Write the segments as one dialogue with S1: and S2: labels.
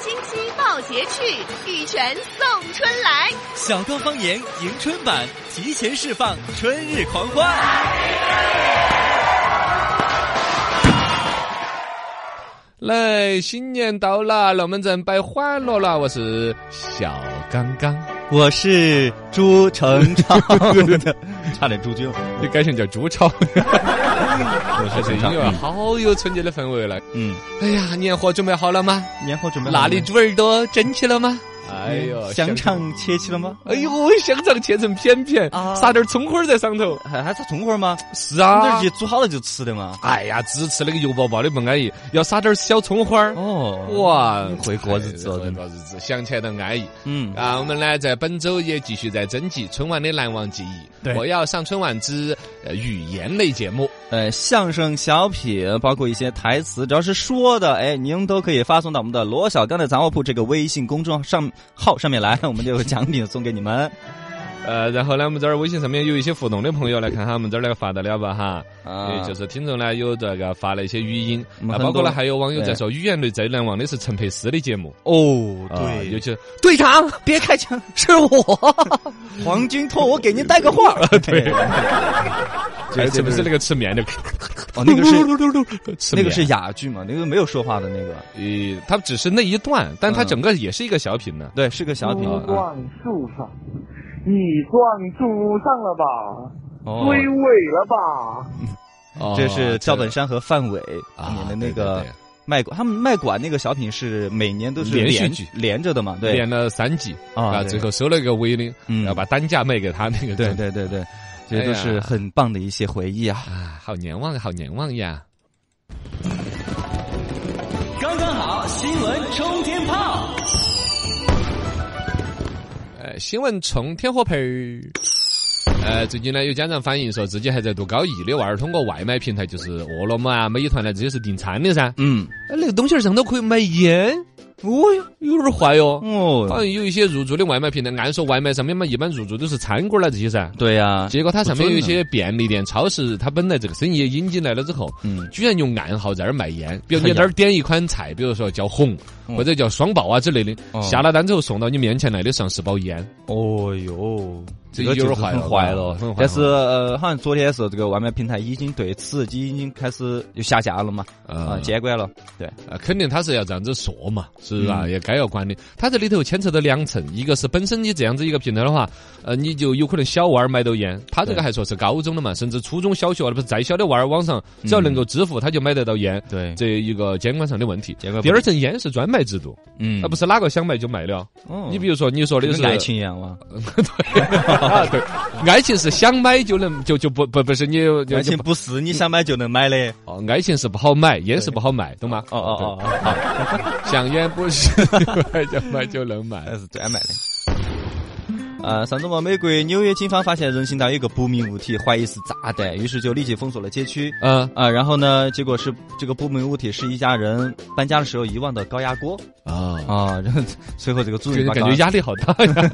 S1: 金鸡报捷去，玉泉送春来。
S2: 小刚方言迎春版提前释放春日狂欢。
S3: 来，新年到了，龙门阵摆欢乐了，我是小刚刚，
S2: 我是朱成超， 差点朱军红。
S3: 你改成叫朱超，
S2: 我是陈
S3: 这音
S2: 超。
S3: 乐好有春节的氛围了。
S2: 嗯，
S3: 嗯哎呀，年货准备好了吗？
S2: 嗯年后准备
S3: 腊
S2: 哪
S3: 里猪耳朵蒸起了吗？哎呦，
S2: 香，肠切起了吗？
S3: 哎呦，香肠切成片片
S2: 啊，
S3: 撒点葱花儿在上头。
S2: 还还是葱花吗？
S3: 是
S2: 那
S3: 啊
S2: 是，煮好了就吃的嘛。
S3: 哎呀，只吃那个油爆爆的不安逸，要撒点小葱花儿。
S2: 哦，
S3: 哇，
S2: 会过日子哦
S3: 哎会
S2: 真的
S3: 过日子，想起来都安逸。
S2: 嗯，
S3: 啊，我们呢在本周也继续在征集春晚的难忘记忆。
S2: 对
S3: 我要上春晚之呃语言类节目。
S2: 呃，相声、小品，包括一些台词，只要是说的，哎，您都可以发送到我们的罗小刚的杂货铺这个微信公众上号上面来，我们就有奖品送给你们。
S3: 呃，然后呢，我们这儿微信上面有一些互动的朋友来看哈，我们这儿来发得了吧哈？
S2: 啊
S3: 也就是听众呢有这个发了一些语音，
S2: 我们
S3: 啊，
S2: 很
S3: 包括呢
S2: 多
S3: 还有网友在说语言类最难忘的是陈佩斯的节目。
S2: 哦，
S3: 啊尤
S2: 对，
S3: 其队长，
S2: 别开枪，是我， 黄金托，我给您带个话。 哎对，
S3: 还有陈佩斯那个吃面的，
S2: 哦，那个是
S3: 吃
S2: 那
S3: 面
S2: 个是哑剧嘛，那个没有说话的那个，
S3: 呃，它只是那一段，但它
S2: 嗯
S3: 整个也是一个小品呢。
S2: 对，是个小品。
S4: 你
S2: 啊
S4: 撞树上，你撞树上了吧？
S2: 哦，
S4: 追尾了吧？
S3: 哦
S2: 这是赵本山和范伟
S3: 啊
S2: 演的那
S3: 对
S2: 个
S3: 对对
S2: 卖管，他们卖管那个小品是每年都是
S3: 连续
S2: 连
S3: 剧
S2: 连着的嘛，对
S3: 练了三集
S2: 啊
S3: 啊，
S2: 对
S3: 最后收了一个尾领，
S2: 嗯
S3: 然后把单价卖给他那个。
S2: 对对对对，这都
S3: 哎
S2: 是
S3: 呀
S2: 很棒的一些回忆啊。
S3: 啊，好难忘，好难忘呀！
S5: 刚刚好，新闻冲天炮。
S3: 呃，新闻冲天火盆儿。呃，最近呢，有家长反映说，自己还在读高一的娃儿通过外卖平台，就是饿了么啊、美团呢这些是订餐的噻。
S2: 嗯，
S3: 哎那个东西儿上头可以买烟，哦哟，有点儿坏哟。好
S2: 哦，
S3: 像有一些入驻的外卖平台，按说外卖上面嘛，一般入驻都是餐馆儿啦这些噻。
S2: 对呀，
S3: 结果它上面
S2: 不
S3: 有
S2: 尊
S3: 一些便利店、超市，它本来这个生意也引进来了之后，
S2: 嗯
S3: 居然用暗号在那儿卖烟。比如
S2: 哎
S3: 你
S2: 呀
S3: 那儿点一款菜，比如说叫红
S2: 嗯
S3: 或者叫双爆啊之类的，
S2: 哦
S3: 下了单之后送到你面前来的上十包烟。
S2: 哦哟，
S3: 这
S2: 个
S3: 有点
S2: 就是
S3: 坏了嗯
S2: 很坏了
S3: 很坏了。
S2: 但是呃，好像昨天的时候，这个外卖平台已经对此已经开始又下架了嘛，啊，
S3: 啊，
S2: 监管了。对，
S3: 呃肯定他是要这样子说嘛，是
S2: 嗯
S3: 吧？也该要管的。他这里头牵扯到两层，一个是本身你这样子一个平台的话，呃，你就有可能小娃儿买到烟。他这个
S2: 对
S3: 还说是高中的
S2: 嗯
S3: 嘛，甚至初中小学，不是再小的娃儿网上只要能够支付，他就买得到烟。
S2: 对
S3: 这一个监管上的问题
S2: 监管。不
S3: 第二层烟是专卖制度，
S2: 嗯
S3: 那啊不是哪个想卖就卖了。
S2: 哦
S3: 你比如说，你说的
S2: 跟
S3: 是
S2: 爱，情一样嘛，
S3: 对， 爱情是想买就能就就不不不是你
S2: 爱情不是你想买就能买的。
S3: 哦，爱情是不好买，烟是不好卖，懂吗？
S2: 哦哦哦
S3: 对，
S2: 哦，
S3: 想烟不是 买就买就能买
S2: 那。是专卖的。呃，上周末，美国纽约警方发现人行道有一个不明物体，怀疑是炸弹，于是就立即封锁了街区。
S3: 嗯
S2: 啊、然后呢，结果是这个不明物体是一家人搬家的时候遗忘的高压锅
S3: 啊，
S2: 啊，然后 随后这个主
S3: 给
S2: 人
S3: 人
S2: 把
S3: 感
S2: 高
S3: 觉压力好 大 呀。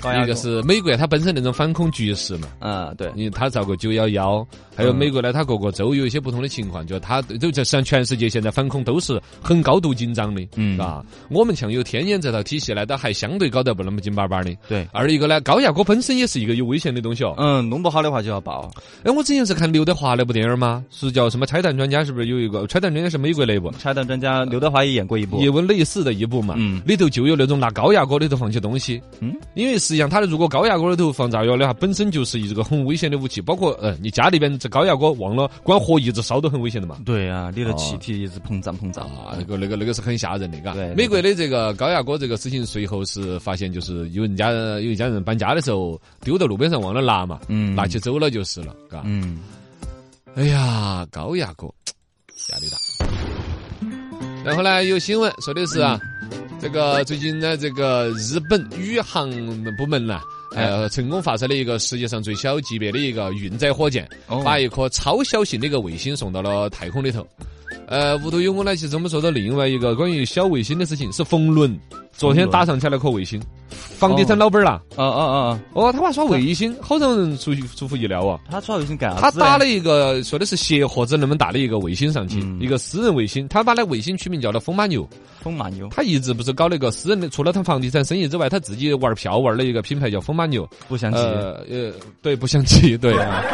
S2: 高压
S3: 一个
S2: 锅，
S3: 是美国它本身那种反恐局势嘛，
S2: 嗯，对，
S3: 因为它造过九幺幺，还有
S2: 嗯
S3: 美国呢，它各个州有一些不同的情况，就它都在实际上全世界现在反恐都是很高度紧张的，
S2: 嗯
S3: 啊，我们像有天眼这套体系呢，倒还相对搞得不那么紧巴巴的。
S2: 对，
S3: 二一个呢，高压锅本身也是一个有危险的东西哦。
S2: 嗯，弄不好的话就要爆，
S3: 哎，我之前是看刘德华那部电影嘛，是叫什么《拆弹专家》，是不是有一个《拆弹专家》是美国那部？
S2: 拆弹专家刘德华也演过一部，
S3: 也问类似的一部嘛，
S2: 嗯
S3: 里头就有那种拿高压锅里头放起东西，
S2: 嗯
S3: 因为实际上它如果高压锅里头放炸药的话，本身就是一个很危险的武器，包括呃，你家里边这高压锅忘了关火一直烧都很危险的嘛。
S2: 对啊，你的
S3: 哦
S2: 气体一直膨胀膨胀
S3: 啊，那个那个那个是很吓人的，嘎
S2: 对。
S3: 美国的这个高压锅这个事情，随后是发现就是有人家有一家人搬家的时候丢到路边上忘了拿嘛，
S2: 嗯
S3: 拿起走了就是了，嘎。
S2: 嗯，
S3: 哎呀，高压锅，压力大。然后呢，有新闻说的是啊，这个最近呢，这个日本宇航部门呢。呃，成功发射了一个世界上最小级别的一个运载火箭，
S2: 哦
S3: 把一颗超小型的一个卫星送到了太空里头。呃，无独有偶呢，其实我们说到另外一个关于小卫星的事情，是冯仑昨天
S2: 冯仑
S3: 打上去那颗卫星，房地产老板儿啦，
S2: 哦哦哦，
S3: 哦，他娃耍卫星，好让人出出乎意料啊！
S2: 他耍卫星干啥
S3: 他
S2: 子嘞？
S3: 打了一个说的是鞋盒子那么大的一个卫星上去，
S2: 嗯
S3: 一个私人卫星，他把那卫星取名叫了风马牛。
S2: 风马牛，
S3: 他一直不是搞那个私人的，除了他房地产生意之外，他自己玩票玩了一个品牌叫风马牛。
S2: 不想骑。
S3: 呃呃，对，不想骑， 对啊，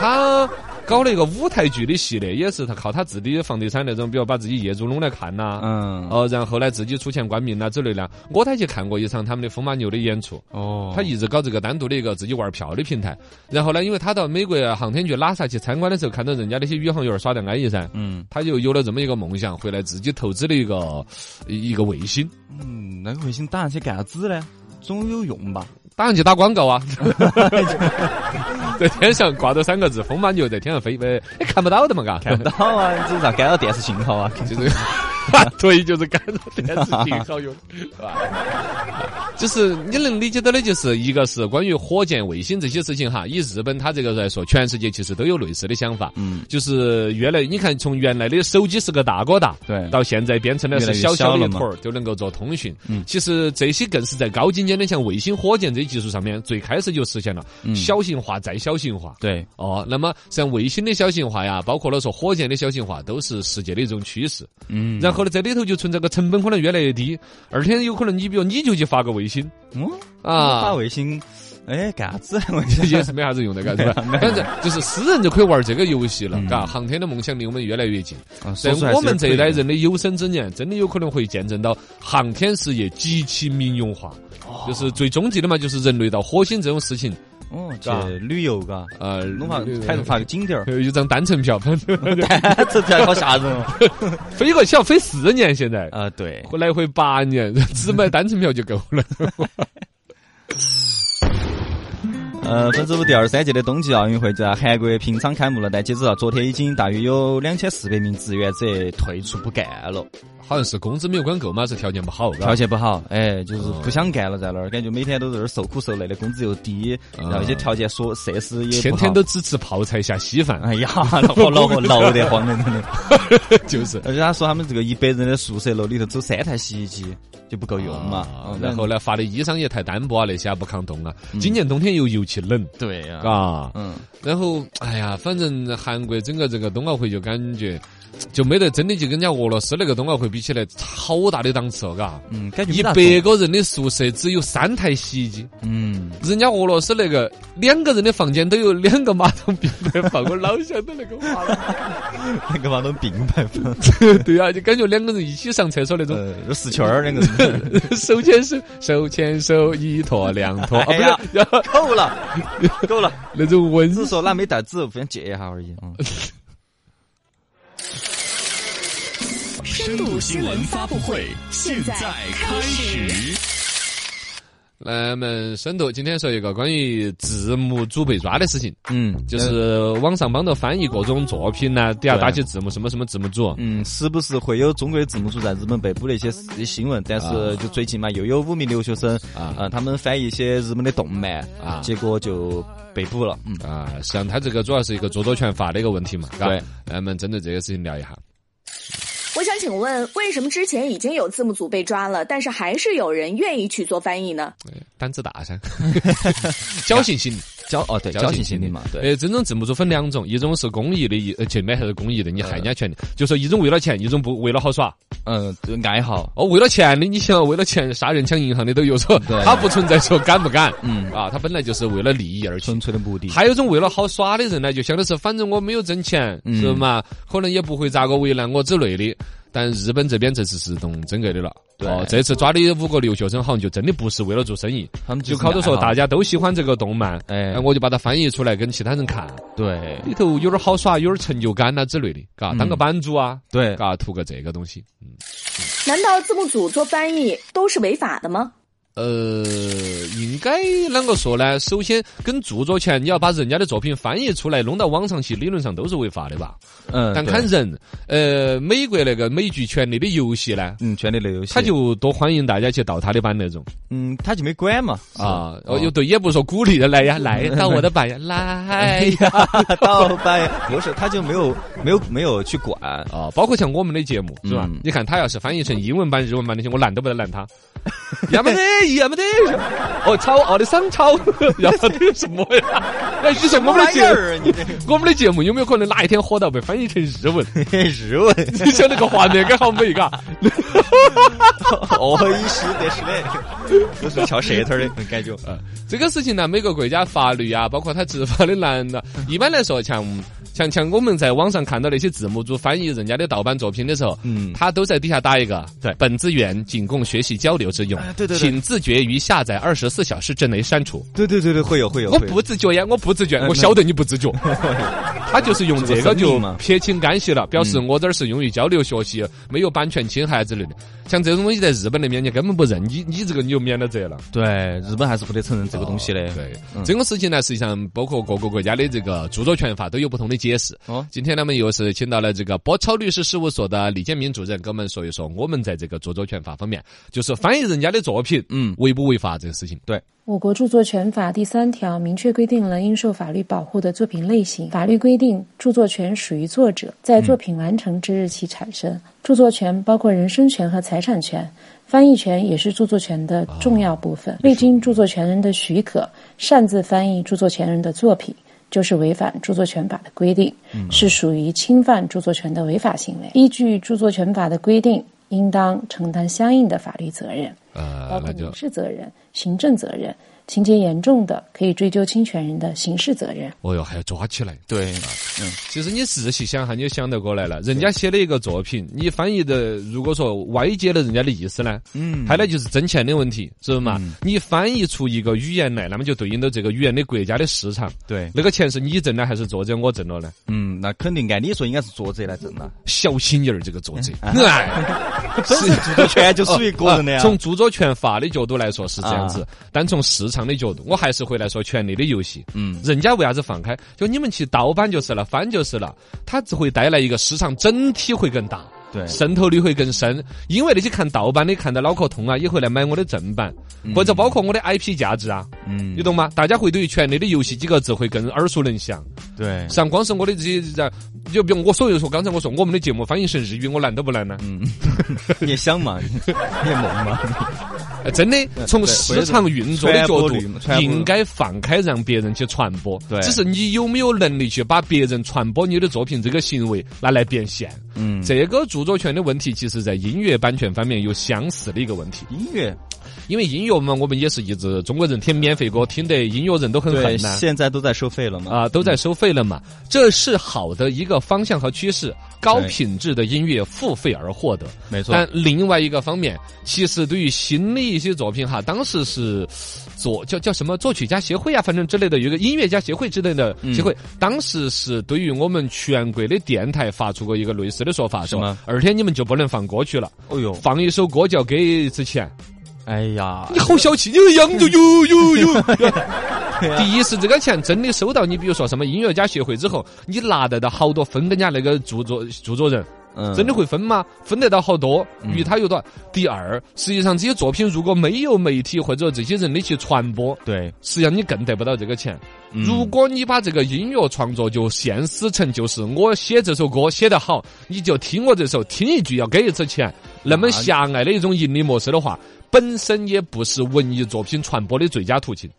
S3: 他。搞了一个舞台剧的系列，也是他靠他自己的房地产那种，比如把自己业主弄来看呐、
S2: 嗯，
S3: 哦，然后呢自己出钱冠名呐之类的。我他去看过一场他们的风马牛的演出，
S2: 哦
S3: 他一直搞这个单独的一个自己玩票的平台。然后呢，因为他到美国航天局拉萨去参观的时候，看到人家那些宇航员耍得安逸噻，
S2: 嗯
S3: 他就有了这么一个梦想，回来自己投资的一个一个卫星，
S2: 嗯，那个卫星打上去干啥子呢？总有用吧？
S3: 当然去打广告啊， 在天上挂着三个字“风马牛”在天上飞，喂，哎看不到的嘛，嘎，
S2: 看不到啊，这咋干到电视信号啊？
S3: 就是，对，就是干着电视挺好 用，是吧？就是你能理解到的，就是一个是关于火箭、卫星这些事情哈，以日本它这个来说，全世界其实都有类似的想法。
S2: 嗯，
S3: 就是原来你看，从原来的手机是个大哥大，
S2: 对
S3: 到现在变成了
S2: 越来嗯
S3: 是
S2: 越
S3: 小小的
S2: 小
S3: 一
S2: 了嘛
S3: 坨儿就能够做通讯。
S2: 嗯
S3: 其实这些更是在高精尖的像卫星、火箭这些技术上面，最开始就实现了
S2: 嗯
S3: 小型化再小型化。
S2: 对，
S3: 哦，那么像卫星的小型化呀，包括了说火箭的小型化，都是世界的一种趋势。
S2: 嗯，
S3: 然后呢，在里头就存在个成本可能越来越低，而且有可能你比如你就去发个卫星
S2: 嗯，打
S3: 啊。
S2: 卫星，哎，干啥子？我觉
S3: 也是没啥子用的，嘎，是吧？反正就是私人就可以玩这个游戏了，嘎、航天的梦想离我们越来越近。
S2: 得，
S3: 在
S2: 嗯说出来
S3: 我
S2: 是有
S3: 们这一
S2: 愧
S3: 代
S2: 的，
S3: 人的有生之年，真的有可能会见证到航天事业极其民用化，就是最终极的嘛，就是人类到火星这种事情。
S2: 哦，
S3: 嘎
S2: 去旅游嘎，
S3: 呃，
S2: 弄发开头发个景点儿，
S3: 有一张单程票， 反正
S2: 这才好吓人哦。
S3: 飞过去要飞四年，现在
S2: 啊， 对，
S3: 来回八 年，只买单程票就够了。
S2: 呃，本周五第二十三届的冬季奥运会就在韩国平昌开幕了，但截止到昨天，已经大约有两千四百名志愿者退出不干了，
S3: 好像是工资没有管够嘛，是条件不好，
S2: 条
S3: 条
S2: 件不好，哎，就是不想干了，在那儿感觉每天都在那儿受苦受累的，工资又低，然后一些条件说设施也
S3: 天
S2: 不好
S3: 天都只吃泡菜下稀饭，
S2: 哎呀，恼火恼火恼得慌的，真的。
S3: 就是。
S2: 而且他说他们这个一百人的宿舍楼里头走三台洗衣机就不够用嘛，
S3: 啊
S2: 嗯
S3: 然后呢，发的衣裳也太单薄啊，那些啊不抗冻啊。今年冬天又尤其冷，
S2: 对呀，
S3: 啊，
S2: 嗯，
S3: 然后哎呀，反正韩国整个这个冬奥会就感觉就没得真的就跟人家俄罗斯那个冬奥会比起来，好大的档次哦，嘎。
S2: 嗯，感觉
S3: 一
S2: 没大
S3: 百
S2: 用，
S3: 个人的宿舍只有三台洗衣机，
S2: 嗯，
S3: 人家俄罗斯那个两个人的房间都有两个马桶并排放，我老想到那个画面。
S2: 那个嘛都并排 放，
S3: 对啊，就感觉两个人一起上厕所那种，
S2: 呃， 有四圈儿两个人，
S3: 手牵手，手牵手，一坨两坨，啊，不
S2: 哎呀
S3: 是，然后
S2: 够了，够了。
S3: 那种温
S2: 只是说那没带纸，不想借一下而已。嗯，
S1: 深度新闻发布会现在开始。
S3: 来，我们深度今天说一个关于字幕组被抓的事情，
S2: 嗯，
S3: 就是网上帮着翻译各种作品呢，底下
S2: 对
S3: 打起字幕，什么什么字幕组。
S2: 嗯，时不时会有中国的字幕组在日本被捕的一些事新闻，但是就最近嘛，又有五名留学生
S3: 啊
S2: 啊，他们翻译一些日本的动漫
S3: 啊
S2: 结果就被捕了。嗯，
S3: 啊，实际上它这个主要是一个著作权法的一个问题嘛，呃嘎
S2: 对。
S3: 来，我们针对这个事情聊一下。
S6: 我想请问，为什么之前已经有字幕组被抓了，但是还是有人愿意去做翻译呢？
S3: 哎胆子大 噻，侥幸心理。
S2: 侥哦对，侥幸心理嘛，对，
S3: 呃，真正字幕组分两种，一种是公益的，一呃，去买还是公益的，你害人家权利。就说一种为了钱，一种不为了好耍。
S2: 嗯，对爱好，
S3: 哦，为了钱的，你想为了钱杀人抢银行的都有，说
S2: 对
S3: 他不存在说敢不敢。
S2: 嗯，
S3: 啊，他本来就是为了利益而去
S2: 纯。粹的目的。
S3: 还有一种为了好耍的人呢，就想的是反正我没有挣钱，
S2: 嗯
S3: 是嘛？可能也不会咋个为难我之类的。但日本这边这次是动真格的了。
S2: 对
S3: 哦，这次抓的五个留学生好像就真的不是为了做生意，
S2: 他们
S3: 就靠着说大
S2: 家
S3: 家都喜欢这个动漫，
S2: 哎
S3: 哎，我就把它翻译出来跟其他人看，
S2: 对
S3: 里头有点好耍，有点成就感呐、之类的，嘎，当个
S2: 嗯
S3: 版主啊，
S2: 对，
S3: 嘎，图个这个东西。
S6: 难道字幕组做翻译都是违法的吗？
S3: 呃，应该啷个说呢？首先，跟著作权，你要把人家的作品翻译出来，弄到网上去，理论上都是违法的吧？
S2: 嗯，
S3: 但看
S2: 对
S3: 人，呃，美国那个美剧《权力的游戏》呢，
S2: 嗯，权力的游戏，
S3: 他就多欢迎大家去盗他的版那种
S2: 嗯，他就没管嘛
S3: 啊。哦，又对，也不是说鼓励的来呀，来到我的 版呀，来
S2: 哎呀，到 半不是，他就没有没有没有去管，
S3: 啊，包括像我们的节目是吧
S2: 嗯？
S3: 你看他要是翻译成英文版、日文版那些，我拦都不得拦他。要么得呀，没得什么。哦，炒熬的商 超，要的什么呀？ 哎，你说我们的
S2: 玩意
S3: 节目，
S2: 儿啊，你这个
S3: 我们的节目有没有可能哪一天火到被翻译成日文？
S2: 日文，
S3: 你晓得个画面感好美，嘎。
S2: 哦，一时得是嘞， 都是翘舌头的感觉。
S3: 呃，这个事情呢，每个国家法律啊，包括它执法的难呢，一般来说，像像像我们在网上看到那些字幕组翻译人家的盗版作品的时候，
S2: 嗯
S3: 他都在底下打一个，
S2: 对
S3: 本资源仅供学习交流之用，
S2: 哎对对对
S3: 请自觉于下载二十四小时之内删除。
S2: 对对对对，会有会有，
S3: 我
S2: 会有
S3: 不自觉呀，我不自觉，
S2: 嗯
S3: 我晓得你 不自觉。他就是用这个
S2: 这个分
S3: 就
S2: 明嘛嗯
S3: 撇清干系了，表示我这儿是用于交流学习，没有版权侵害之类的。像这种东西在日本那边，你根本不认，你你这个你就免了责了。
S2: 对，日本还是不得承认这个东西嘞。
S3: 对，
S2: 嗯
S3: 这个事情呢，实际上包括各个国家的这个著作权法都有不同的解释。
S2: 哦，
S3: 今天呢我们又是请到了这个博超律师事务所的李建明主任，跟我们说一说我们在这个著作权法方面，就是翻译人家的作品，
S2: 嗯
S3: 违不违法这个事情。
S7: 我国著作权法第三条明确规定了应受法律保护的作品类型。法律规定，著作权属于作者，在作品完成之日起产生。著作权包括人身权和财产权，翻译权也是著作权的重要部分。未经著作权人的许可，擅自翻译著作权人的作品，就是违反著作权法的规定，是属于侵犯著作权的违法行为。依据著作权法的规定，应当承担相应的法律责任。包
S3: 呃，
S7: 括
S3: 那就
S7: 民事责任、行政责任，情节严重的可以追究侵权人的刑事责任。
S3: 哦哟，还要抓起来。
S2: 对，
S3: 其实你仔细想哈，你就想得过来了。人家写的一个作品，你翻译的如果说歪解了人家的意思呢，
S2: 嗯，
S3: 还有呢就是挣钱的问题，是不是嘛？你翻译出一个语言来，那么就对应到这个语言的国家的市场。
S2: 对，
S3: 那个钱是你挣的还是作者我挣了呢？
S2: 嗯，那肯定按理说应该是作者来挣了，
S3: 小心眼儿，这个作者，
S2: 嗯
S3: 哎，
S2: 本身著作权就属于个人的呀。
S3: 从著作权法的角度来说是这样子
S2: 啊，
S3: 但从市场的角度，我还是回来说《权力的游戏》。
S2: 嗯，
S3: 人家为啥子放开？就你们去盗版就是了，翻就是了，它只会带来一个市场整体会更大。
S2: 对
S3: 渗透率会更深，因为那些看盗版的看到脑壳痛啊，也会来买我的正版，或者包括我的 IP 价值啊，
S2: 嗯
S3: 你，懂吗？大家会对于《权力的游戏》几个字会更耳熟能详。
S2: 对
S3: 实际，上，光是我的这些，然就比如我所以说，刚才我说我们的节目翻译成日语，我难都不难呢？
S2: 嗯 你也想嘛，你也梦 嘛，
S3: 哎真的，从
S2: 对
S3: 市场运作的角
S2: 传播
S3: 度
S2: 率嘛传播，率
S3: 应该放开让别人去传播。
S2: 对
S3: 只是你有没有能力去把别人传播你的作品这个行为拿来变现？
S2: 嗯，
S3: 这个著作权的问题，其实在音乐版权方面有相似的一个问题。
S2: 音乐
S3: 因为音乐嘛，我们也是一直中国人听免费歌，听得音乐人都很
S2: 对
S3: 恨呐。
S2: 现在都在收费了嘛，
S3: 啊、都在收费了嘛，这是好的一个方向和趋势，高
S2: 对
S3: 品质的音乐付费而获得。
S2: 没错，
S3: 但另外一个方面，其实对于新的一些作品哈，当时是作叫叫什么作曲家协会啊，反正之类的，有一个音乐家协会之类的
S2: 嗯
S3: 协会，当时是对于我们全国的电台发出过一个类似的说法，
S2: 什
S3: 说
S2: 么
S3: 二天你们就不能放歌曲了，
S2: 哦呦，
S3: 放一首歌就要给一次钱。
S2: 哎呀
S3: 你，好小气，你养着哟哟哟。 第一是这个钱真的收到，你比如说什么音乐家协会之后，你拿得到好多分给人家那个著作著作人，
S2: 嗯
S3: 真的会分吗？分得到好多，
S2: 嗯
S3: 与他有多少？第二，实际上这些作品如果没有媒体或者这些人的去传播，
S2: 对，
S3: 实际上你更得不到这个钱。
S2: 嗯
S3: 如果你把这个音乐创作就现实成就是我写这首歌写得好，你就听我这首，听一句要给一次钱，那么狭隘的一种盈利模式的话，本身也不是文艺作品传播的最佳 途径。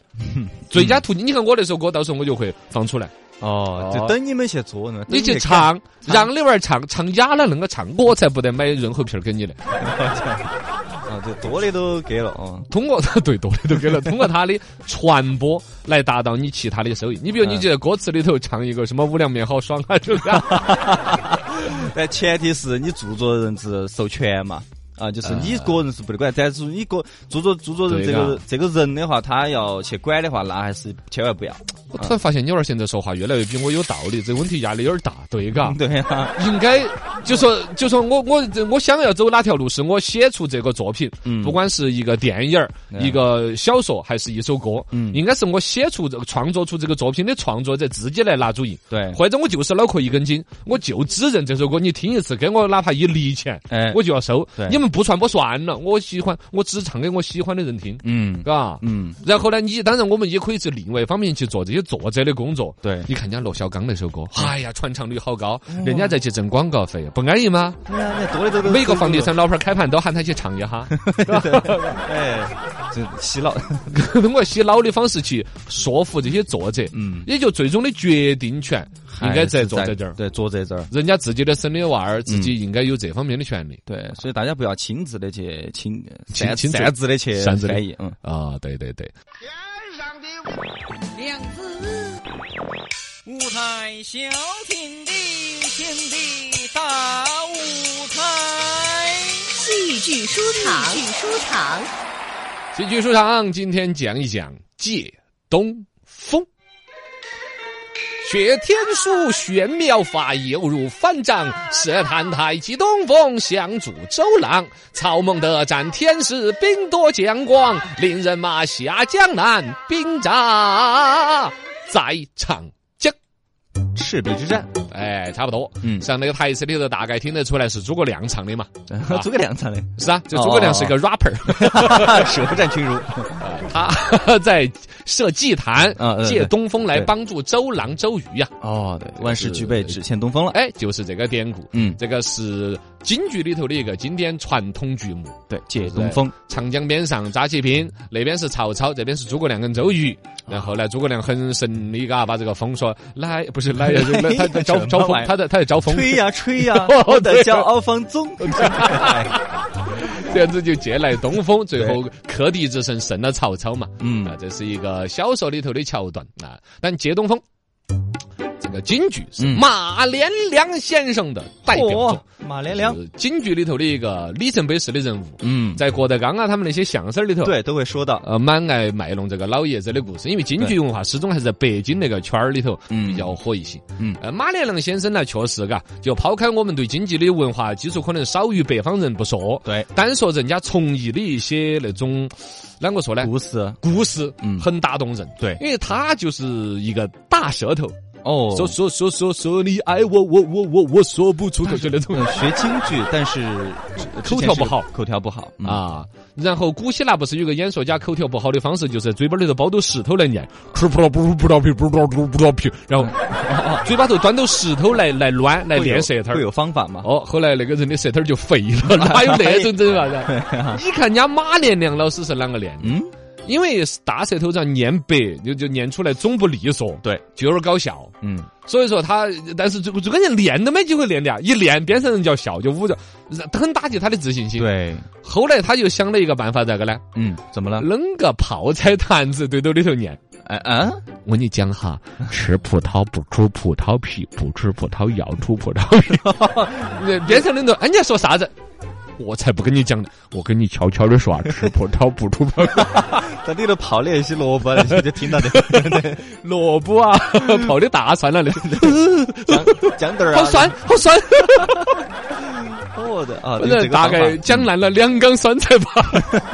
S3: 最佳途径，你看我那首歌，到时候我就会放出来，
S2: 嗯哦，就等你们去做呢，
S3: 你
S2: 等
S3: 去
S2: 们
S3: 唱，让那娃儿唱，唱哑了恁个唱，我才不得买润喉片儿给你嘞。
S2: 看啊，这多的都给了啊，
S3: 通过 对多的都给了，通过它的传播来达到你其他的收益。你比如你
S2: 嗯
S3: 这歌词里头唱一个什么五粮面好爽啊，这个。
S2: 但前提是你著作人是授权嘛。啊，就是你个人是不得管，但是你个著作著作人这
S3: 对
S2: 个这个人的话，他要去管的话，那还是千万不要。。
S3: 我突然发现你娃儿现在说话越来越比我有道理，这个问题压力有点大， 对嘎
S2: 对呀、
S3: 应该就说就说我我这我想要走哪条路，是我写出这个作品，
S2: 嗯
S3: 不管是一个电影儿、
S2: 嗯
S3: 一个小说，还是一首歌，
S2: 嗯
S3: 应该是我写出这个创作出这个作品的创作者自己来拿主意。
S2: 对，
S3: 或者我就是脑壳一根筋，我就只认这首歌，你听一次，给我哪怕一厘钱，
S2: 哎
S3: 我就要收
S2: 对。
S3: 你们不传播算了，我喜欢，我只唱给我喜欢的人听，
S2: 嗯
S3: 嘎。
S2: 嗯，
S3: 然后呢，你当然我们也可以去另外一方面去做这些作者的工作。
S2: 对
S3: 你看人家罗小刚那首歌，哎呀，传唱率好高，人家在去挣广告费，呀，不安逸吗？
S2: 对啊，那多的都都
S3: 每个房地产老板儿开盘都喊他去唱一下，
S2: 哎，这洗脑，
S3: 通过洗脑的方式去说服这些作者，
S2: 嗯
S3: 也就最终的决定权 应该在作者这儿。
S2: 对，坐哎在这儿。
S3: 人家自己的生的娃儿，自己应该有这方面的权利。
S2: 对，所以大家不要亲自的去亲
S3: 亲
S2: 擅
S3: 亲自
S2: 擅自的去
S3: 擅自地
S2: 翻译，嗯，
S3: 啊，对对对，
S5: 舞台小品的天地大舞台。
S1: 戏剧书场，戏剧书场，
S3: 戏剧书场今天讲一讲借东风。学天书，玄妙法，犹如翻掌；舌谈太极东风，相助周郎。草梦得战天时，兵多将广。令人马下江南，兵扎在长江。
S2: 赤壁之战，
S3: 哎，差不多。
S2: 嗯
S3: 像那个台词里头，大概听得出来是诸葛亮唱的嘛？
S2: 诸葛亮唱 的，
S3: 是啊，就诸葛亮是一个 rapper。
S2: 舌战群儒，
S3: 他在设祭坛
S2: 啊对，对
S3: 借东风来帮助周郎周瑜呀、
S2: 哦，对，万事俱备，只欠东风了，
S3: 哎，就是这个典故。
S2: 嗯，
S3: 这个是京剧里头的一个经典传统剧目，
S2: 对，借东风，
S3: 长江边上扎起兵，那边是曹操，这边是诸葛亮跟周瑜。然后呢，诸葛亮很神的，嘎，把这个风说来，不是来，来他在招
S2: 什么
S3: 招风
S2: 玩，意儿
S3: 他在他在招风，
S2: 吹 呀吹呀
S3: 哦，
S2: 我的
S3: 对
S2: 骄傲放纵，哎
S3: 这样子就借来东风，最后克敌之神胜了曹操嘛。
S2: 嗯
S3: 啊，这是一个小说里头的桥段啊。但借东风，这个京剧是
S2: 嗯
S3: 马连良先生的代表
S2: 嚯
S3: 作，
S2: 哦马连良，
S3: 是京剧里头的一个里程碑式的人物。
S2: 嗯，
S3: 在郭德纲啊他们那些相声里头，，
S2: 对，都会说到，
S3: 呃，满爱卖弄这个老爷子的故事，因为京剧文化始终还是在北京那个圈儿里头
S2: 嗯
S3: 比较火一些。
S2: 嗯
S3: 呃，马连良先生呢，确实嘎，就抛开我们对京剧的文化基础可能少于北方人不说，
S2: 对，
S3: 单说人家从艺的一些那种，啷个说呢？
S2: 故事，
S3: 故事
S2: 嗯
S3: 很打动人，
S2: 对
S3: 因为他就是一个大舌头，
S2: 哦，
S3: 说说说说说你爱我，我我我我说不出 口就那种
S2: 呃学京剧，但 是
S3: 口条不好，
S2: 口条不好嗯
S3: 啊。然后古希腊不是有个演说家口条不好的方式，就是嘴巴里头包兜石头来念，噗噗噗噗噗噗噗噗噗噗，然后哦嘴巴头端着石头来来乱来
S2: 会有
S3: 练舌头
S2: 会。有方法吗？
S3: 哦，后来那个人的舌头就废了， 哪有那种整法
S2: 啊
S3: 子？你看人家马连良老师是啷个练的？
S2: 嗯，
S3: 因为大舌头上念白，就就念出来总不利索，
S2: 对，
S3: 就有点搞笑。
S2: 嗯，
S3: 所以说他，但是这个这个人练都没机会练的啊，一练边上人就要笑，就捂着，很打击他的自信心。，
S2: 对，
S3: 后来他就想了一个办法，咋个呢？
S2: 嗯，怎么了？
S3: 扔个泡菜坛子对头里头念。
S2: 哎啊，
S3: 我跟你讲哈，吃葡萄不吐葡萄皮，不吃葡萄要吐葡萄皮。 那边上人头，哎，你在说啥子？我才不跟你讲呢，我跟你悄悄的说啊，吃葡萄不吐葡萄。
S2: 在里头泡那些萝卜，你就听到 的
S3: 萝卜啊，泡的大蒜了、那
S2: 姜姜豆儿啊，
S3: 好 酸，好酸。
S2: 哦的啊，有
S3: 那
S2: 这个
S3: 大
S2: 方法
S3: 概江南了两缸酸菜吧，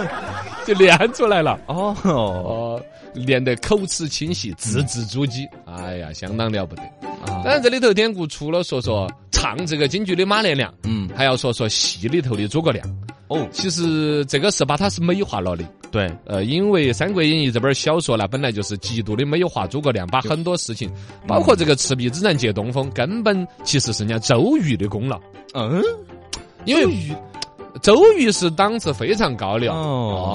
S3: 就练出来了。
S2: 哦
S3: 哦，练得口齿清晰，字字珠玑，哎呀，相当了不得。当
S2: 啊，
S3: 然，这里头典故除了说说唱这个京剧的马连良，
S2: 嗯
S3: 还要说说戏里头的诸葛亮。
S2: 哦，
S3: 其实这个是把它是美化了的。
S2: 对，
S3: 呃，因为《三国演义》这本小说呢，本来就是极度的美化诸葛亮，把很多事情，包
S2: 嗯
S3: 括这个赤壁之战借东风，根本其实是人家周瑜的功劳。
S2: 嗯，
S3: 因为周瑜是档次非常高的
S2: 哦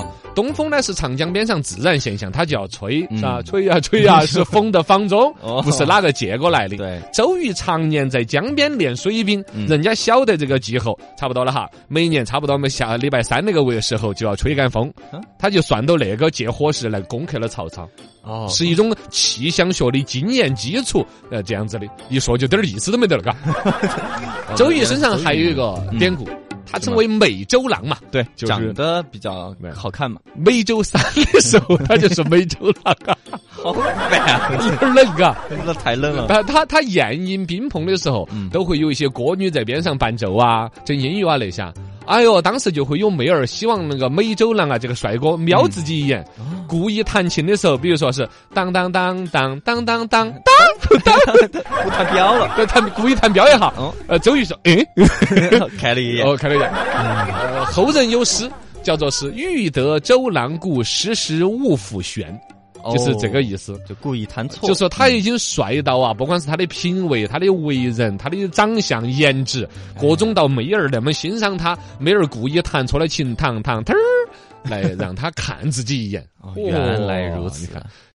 S3: 哦。东风呢是长江边上自然现象，它就要吹，
S2: 嗯
S3: 是吧？吹呀、吹呀、是风的方中
S2: 哦，
S3: 不是哪个借过来的。
S2: 对，
S3: 周瑜常年在江边练水兵，
S2: 嗯
S3: 人家晓得这个季候差不多了哈。每年差不多我们下礼拜三那个位时候就要吹干风
S2: 嗯，
S3: 他就算到那个借火时来攻克了曹操，
S2: 哦，
S3: 是一种气象学的经验基础。呃，这样子的，一说就点儿意思都没得了，嘎。
S2: 哦
S3: 周瑜身上还有一个典故，他称为美洲郎嘛。
S2: 对，
S3: 就是
S2: 长得比较
S3: 对
S2: 好看嘛，
S3: 每周三的时候，他就是美洲 郎啊，
S2: 好烦，
S3: 有点冷啊。
S2: 那太冷 了，
S3: 他他他宴饮宾朋的时候，
S2: 嗯
S3: 都会有一些歌女在边上伴奏啊，整音乐啊那些。哎呦，当时就会有妹儿希望那个美洲郎啊，这个帅哥瞄自己一眼，
S2: 嗯哦
S3: 故意弹琴的时候，比如说是当当当当当当当当，
S2: 哦不太彪 了，
S3: 他们故意弹标一下
S2: 哦。
S3: 呃，周瑜说，哎，
S2: 看了一眼，
S3: 哦，看了一眼。
S2: 嗯
S3: 呃后人有诗，叫做是“欲得周郎顾，时时误抚弦”。就是这个意思。
S2: 哦就故意弹错，
S3: 就说他已经帅到啊，不管是他的品味、他的为人、他的长相、颜值，
S2: 哎。
S3: 各种到妹儿那么欣赏他，妹儿故意弹错了琴，弹弹腾儿，来让他看自己一眼
S2: 哦原来如
S3: 哦你
S2: 此
S3: 看。